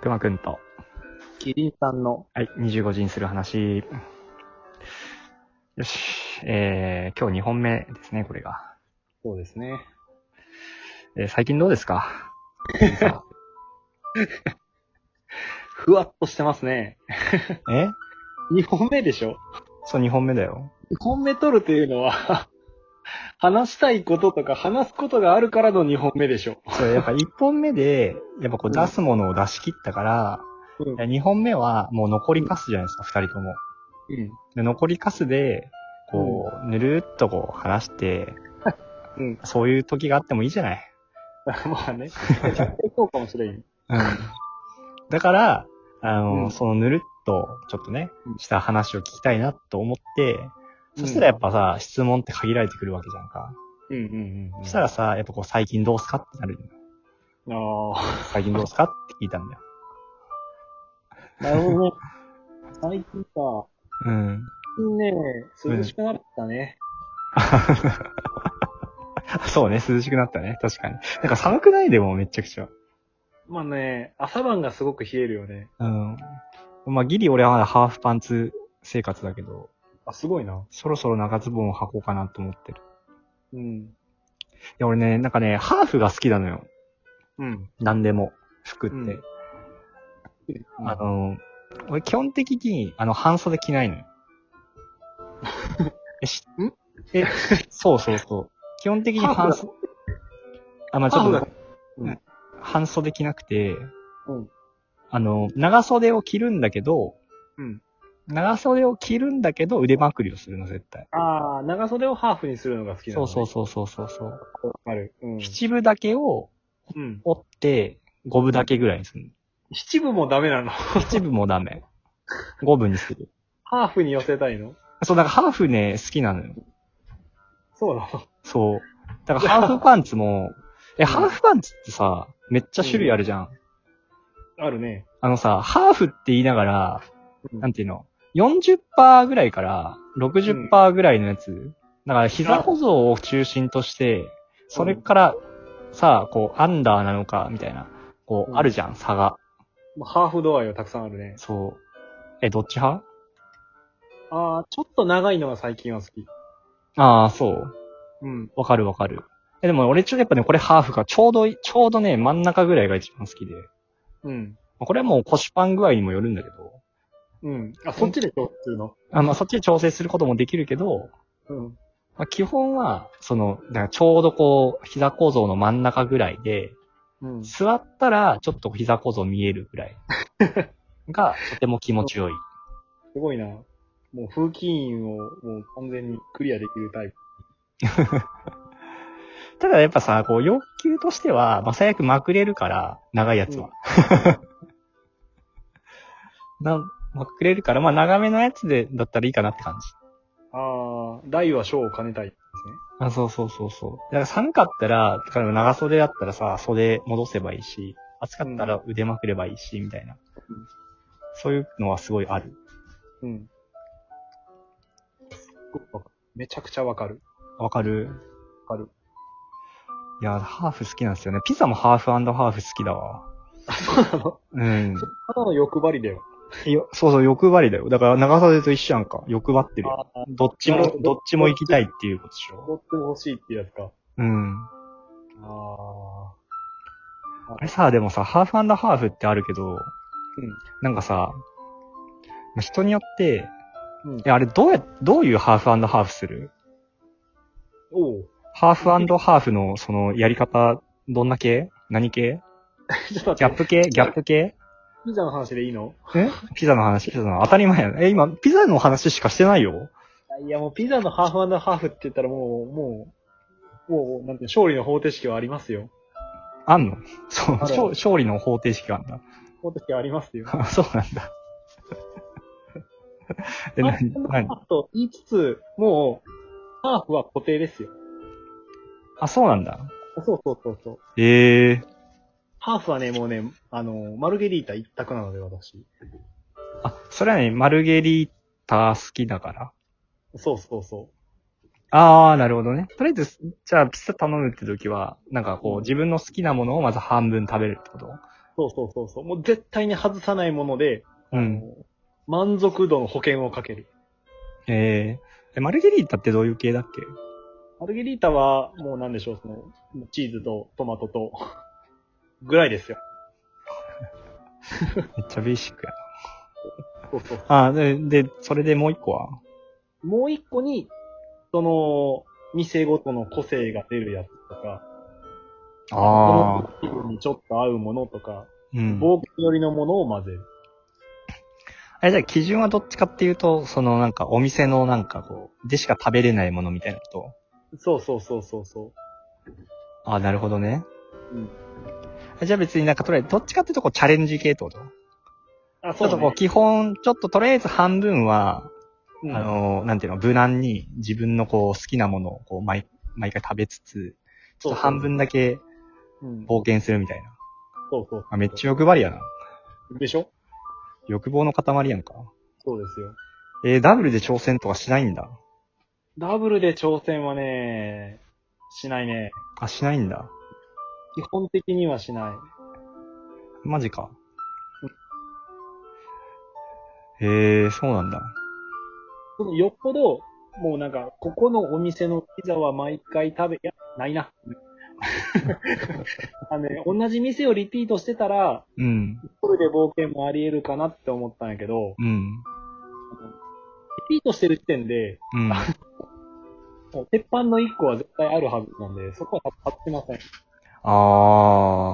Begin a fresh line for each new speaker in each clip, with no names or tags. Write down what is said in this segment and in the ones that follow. くまくんと。
キリンさんの。
はい、25時にする話。よし。えー、今日2本目ですね、これが。
そうですね。
えー最近どうですかさ
ふわっとしてますね。
あ え
2本目でしょ
そう、2本目だよ。
?2 本目撮るというのは、 話したいこととか話すことがあるからの2本目でしょ。
そう、やっぱ1本目で、やっぱこう出すものを出し切ったから、
うん
いや2本目はもう残りカスじゃないですか、2人とも。
うん。
で残りカスで、こう、ぬるーっとこう話して、
うん。
そういう時があってもいいじゃない。
まあ ね。そうかもしれん。
うん。だから、あの、
うん
そのぬるっと、ちょっとね
う、ん
した話を聞きたいなと思って、そしたらやっぱさ、質問って限られてくるわけじゃんか。
うんうんうん。
そしたら、さ、やっぱこう、最近どうすかってなる。
あ
最近どうすかって聞いたんだよ。
あ。なるほどね。最近さ、
うん。
最近ね、涼しくなったね。
そうね、涼しくなったね。確かに。なんか寒くないでもめっちゃくちゃ。
まあね、朝晩がすごく冷えるよね。
うん。まあ、ギリ俺はまだハーフパンツ生活だけど、
あ、すごいな。
そろそろ長ズボンを履こうかなと思ってる。
うん。
いや、俺ね、なんかね、ハーフが好きなのよ。
うん。
何でも。服って。
うん
あの、俺基本的に、あの、半袖着ないのよ。え、し
ん
え、そうそうそう。基本的に半袖、あ、まあちょ
ハー
っ
フ
と
だ、うん
半袖着なくて、
うん
あの、長袖を着るんだけど、
うん。
長袖を着るんだけど腕まくりをするの、絶対。
ああ、長袖をハーフにするのが好きな
そ
の、
う
ね。
そうそうそうそうそう。
う。わかる。うん。
七分だけを
うん。
折って、五分だけぐらいにす る
七分もダメなの。
の。七分もダメ。五分にする。
ハーフに寄せたいの
そう、だからハーフね、好きなのよ。
そうなの。
そう。だからハーフパンツも、え、ハーフパンツってさ、めっちゃ種類あるじゃん。
あるね。
あのさ、ハーフって言いながら、
うん
なんていうの、40%ぐらいから60%ぐらいのやつ。だから膝小僧を中心として、それからさ、こう、アンダーなのか、みたいな、こう、
うん
あるじゃん、差が。
まあハーフ度合いはたくさんあるね。
そう。え、どっち派
ああ、ちょっと長いのが最近は好き。
ああ、そう。
うん。
わかるわかる。え、でも俺ちょっとやっぱね、これハーフがちょうどいい、ちょうどね、真ん中ぐらいが一番好きで。
うん。
まあこれはもう腰パン具合にもよるんだけど。
うん。あ、そっちでしょ普通の。
あまあ、そっちで調整することもできるけど、
うん。
まあ、基本は、その、だからちょうどこう、膝構造の真ん中ぐらいで、
うん。
座ったらちょっと膝構造見えるぐ らいが、とても気持ちよい。
すごいな。もう風紀委員をもう完全にクリアできるタイプ。
ただやっぱさ、こう、要求としては、まあ、最悪まくれるから、長いやつは。 なまくれるから、まあ、長めのやつで、だったらいいかなって感じ。
ああ、大は小を兼ねたいです
あ、そうそうそうそう。だから寒かったら、だから長袖だったらさ、袖戻せばいいし、暑かったら腕まくればいいし、みたいな。そういうのはすごいある。
ね。うん。すっごくわかるめちゃくちゃわかる。
わかる
わかる。
いや、ハーフ好きなんですよね。ピザもハーフハーフ好きだわ。
あ、そうなの
うん。
ただの欲張りだよ。
よそうそう、欲張りだよ。だから長袖と一緒やんか。欲張ってるよ。
あー
どっち
なる
も
ほ、ど
どっちも行きたいっていうことでしょ。
踊ってほしいってやつか。
うん。
あ
あれさ、でもさ、ハーフハーフってあるけど、なんかさ、まあ人によって、
あ。うん
え、。あれどうや、どういうハーフハーフする
おう。
ハーフハーフのそのやり方、どんな系何系
ちょっと待
ギ
っ
ャッ
て、
プ系ギャップ系
ピザの話でいいの
えピザの話、ピザの。当たり前やな。え、今、ピザの話しかしてないよ。
いや、もうピザのハーフハーフって言ったらもう、もう、もう、なんていうの勝利の方程式はありますよ。
あんのそう、
ある
勝勝利の方程式があんだ。
方程式はありますよ。
あそうなん だ。え、なに、なに
ハーフと言いつつ、もう、ハーフは固定ですよ。
あ、そうなんだ。
そうそうそうそう。
ええ
ハーフはね、もうね、あの、マルゲリータ一択なので、私。
あ、それはね、マルゲリータ好きだから。
そうそうそ
あー、なるほどね。とりあえず、じゃあ、ピザ頼むって時は、なんかこう、自分の好きなものをまず半分食べるってこと
そうそうそうそう。もう絶対に外さないもので、
う
あ
ん。
の満足度の保険をかける。
えー、え、マルゲリータってどういう系だっけ
マルゲリータは、もうなんでしょう、その、チーズとトマトと、ぐらいですよ。
めっちゃベーシックや
そうそう。
な。あー、で、で、それでもう一個は
もう一個に、その、店ごとの個性が出るやつとか、
ああ。
この気分にちょっと合うものとか、
うん。
冒険寄りのものを混ぜる。
あれじゃあ基準はどっちかっていうと、そのなんかお店のなんかこう、でしか食べれないものみたいなこと
そうそうそうそうそ
ああ、なるほどね。
う。うん。
じゃあ別になんかとりあえず、どっちかっていうとこうチャレンジ系ってこと
あ、
ちょっとこう基本、ちょっととりあえず半分は、
うね
あ、の、なんていうの、無難に自分のこう好きなものをこう毎毎回食べつつ、ちょっと半分だけ
そうそう、うん、
冒険するみたいな。
そうそう。
あめっちゃ欲張りやな。
でしょ
欲望の塊やんか。
そうですよ。
えー、ダブルで挑戦とかしないんだ。
ダブルで挑戦はね、しないね。
あ、しないんだ。
基本的にはしない。
マジか。へえー、そうなんだ。
そのよっぽど、もうなんか、ここのお店のピザは毎回食べ、いや、な いな。あのね、同じ店をリピートしてたら、
うん、
これで冒険もあり得るかなって思ったんやけど、
うん、
リピートしてる時点で、
うん。
もう鉄板の1個は絶対あるはずなんで、そこは買ってません。
あ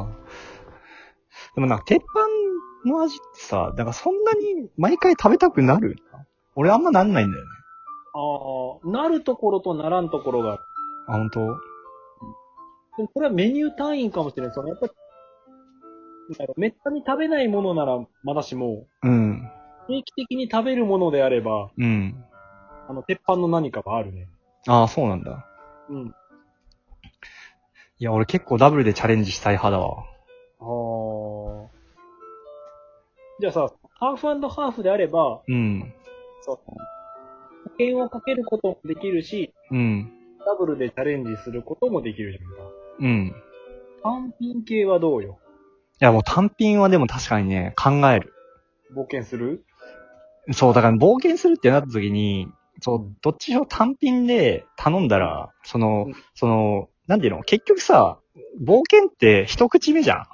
ー。でもなんか、鉄板の味ってさ、なんかそんなに毎回食べたくなる俺あんまなんないんだよね。
ああ、なるところとならんところがある。
あ、本当
でもこれはメニュー単位かもしれない。そのやっぱり、なんかめったに食べないものならまだしも、
うん、
定期的に食べるものであれば、
うん。
あの、鉄板の何かはあるね。
あー、そうなんだ。
うん。
いや、俺結構ダブルでチャレンジしたい派だわ。
ああ。じゃあさ、ハーフハーフであれば、
うん、
そう。保険をかけることもできるし、
うん、
ダブルでチャレンジすることもできるじゃんか。
うん。い
単品系はどうよ
や、もう単品はでも確かにね、考える。
冒険する
そう、だから冒険するってなった時に、そうう、
ん
どっちを単品で頼んだら、その
うん、
その、なんていうの結局さ、冒険って一口目じゃん。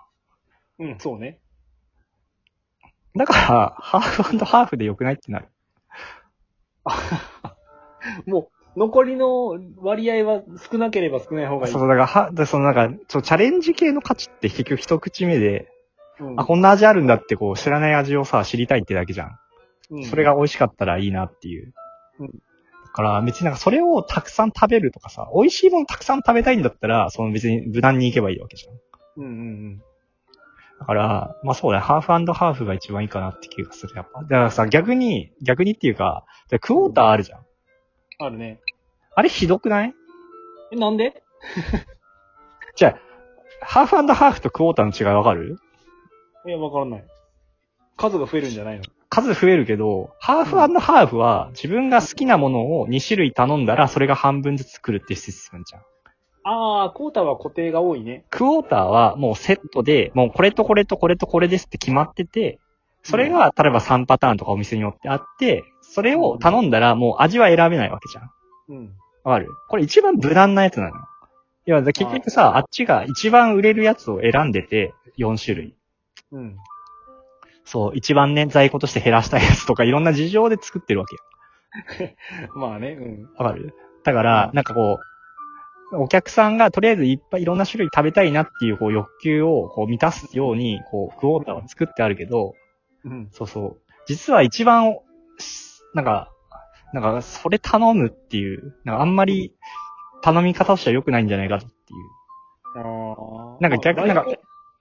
うん、そうね。
だから、ハーフハーフで良くないってなる。
もう、残りの割合は少なければ少ない方がいい。
そう、だから、は、だからそのなんか、そう、チャレンジ系の価値って結局一口目で、
うん
あ、こんな味あるんだってこう、知らない味をさ、知りたいってだけじゃん。
うん
それが美味しかったらいいなっていう。
うん
だから、別になんかそれをたくさん食べるとかさ、美味しいものたくさん食べたいんだったら、その別に無難に行けばいいわけじゃん。
うんうんうん。
だから、まあそうだね、ハーフハーフが一番いいかなって気がする、やっぱ。だからさ、逆に、逆にっていうか、じゃあクォーターあるじゃん。
あるね。
あれひどくない
え、なんで
じゃあ、ハーフハーフとクォーターの違いわかる
いや、わからない。数が増えるんじゃないの
数増えるけど、ハーフハーフは自分が好きなものを2種類頼んだら、それが半分ずつ来るってシステムじゃん。
ああ、コータは固定が多いね。
クォーターはもうセットで、もうこれとこれとこれとこれですって決まってて、それが、例えば3パターンとかお店によってあって、それを頼んだらもう味は選べないわけじゃん。
うん。
わかるこれ一番無難なやつなの。いや、だ結局さ、あっちが一番売れるやつを選んでて、4種類。
うん。
そう、一番ね、在庫として減らしたいやつとか、いろんな事情で作ってるわけよ。
まあね、うん。
わかるだから
う、ん
なんかこう、お客さんがとりあえずいっぱいいろんな種類食べたいなっていうこう欲求をこう満たすように、こう、クォーターを作ってあるけど、
うん。
そうそう。実は一番、しなんか、なんか、それ頼むっていう、なんかあんまり頼み方としては良くないんじゃないかっていう。
ああ。
なんか逆
まあ
なんか、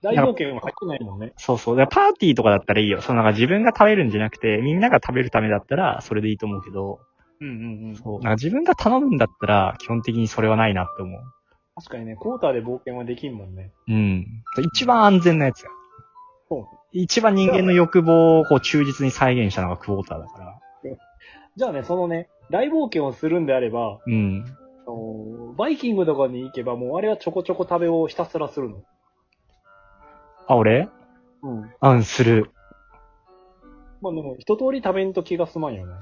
大冒険は入ってないもんね。
そうそう。だからパーティーとかだったらいいよ。そのなんか自分が食べるんじゃなくて、みんなが食べるためだったら、それでいいと思うけど、
うんうんうん。
そう。なんか自分が頼むんだったら、基本的にそれはないなって思う。
確かにね、クォーターで冒険はできんもんね。
うん。一番安全なやつや。
そう。
一番人間の欲望をこう忠実に再現したのがクォーターだから。
じゃあね、そのね、大冒険をするんであれば、
うん。
あのバイキングとかに行けば、もうあれはちょこちょこ食べをひたすらするの。
あ、俺
うん。
うん、する。
まあでも、一通り食べんと気が済まんよね。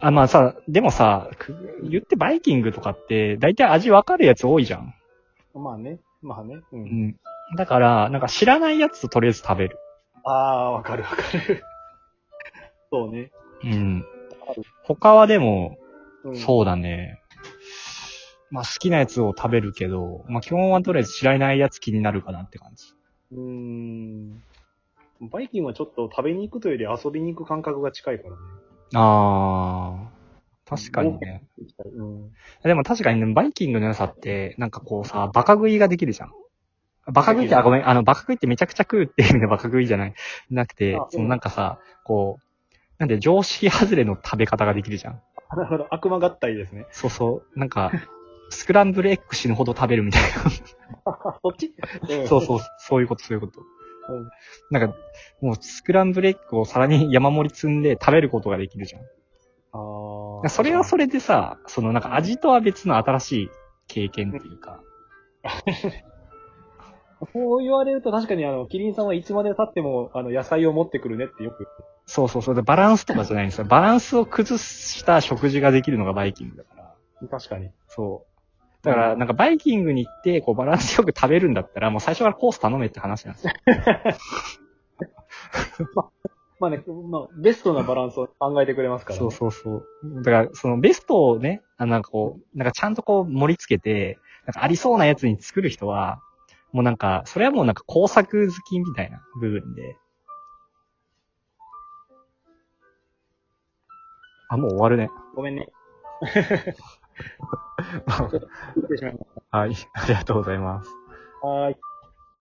あ、まあさ、でもさ、く言ってバイキングとかって、だいたい味わかるやつ多いじゃん。
まあね。まあね。う。
うんん。だから、なんか知らないやつととりあえず食べる。
ああー、わかるわかる。 そうね。
うん
わかる。
他はでも、
うん、
そうだね。まあ好きなやつを食べるけど、まあ基本はとりあえず知らないやつ気になるかなって感じ。
う。うーん。バイキングはちょっと食べに行くというより遊びに行く感覚が近いからね。
あー。確かにね。
うん。
でも確かにね、バイキングの良さって、なんかこうさ、バカ食いができるじゃん。バカ食いって、あ、ごめん、あの、バカ食いってめちゃくちゃ食うっていう意味のバカ食いじゃない、なくて
あ、
そのなんかさ、こう、なんで常識外れの食べ方ができるじゃん。
なるほど。悪魔合体ですね。
そうそう。なん か、スクランブルエッグ死ぬほど食べるみたい
あ、そっち、
な。 そう
う
そう、そういうこと、そういうこと。
ん。
なんか、もうスクランブルエッグを皿に山盛り積んで食べることができるじゃん。
ああ。
それはそれでさ、そのなんか味とは別の新しい経験っていうか。
そう言われると確かにあの、キリンさんはいつまで経っても、あの、野菜を持ってくるねってよく。
そうそうそう。でバランスとかじゃないん ですよ。バランスを崩した食事ができるのがバイキングだから。
確かに。
そう。だから、なんかバイキングに行って、こうバランスよく食べるんだったら、もう最初からコース頼めって話なんですよ。
まあね、まあ、ベストなバランスを考えてくれますから、
そうそうそう。だから、そのベストをね、あのなんかこう、なんかちゃんとこう盛り付けて、なんかありそうなやつに作る人は、もうなんか、それはもうなんか工作好きみたいな部分で。あ、もう終わるね。
ごめんね。失礼しまし
はい、ありがとうございます。
たはーい。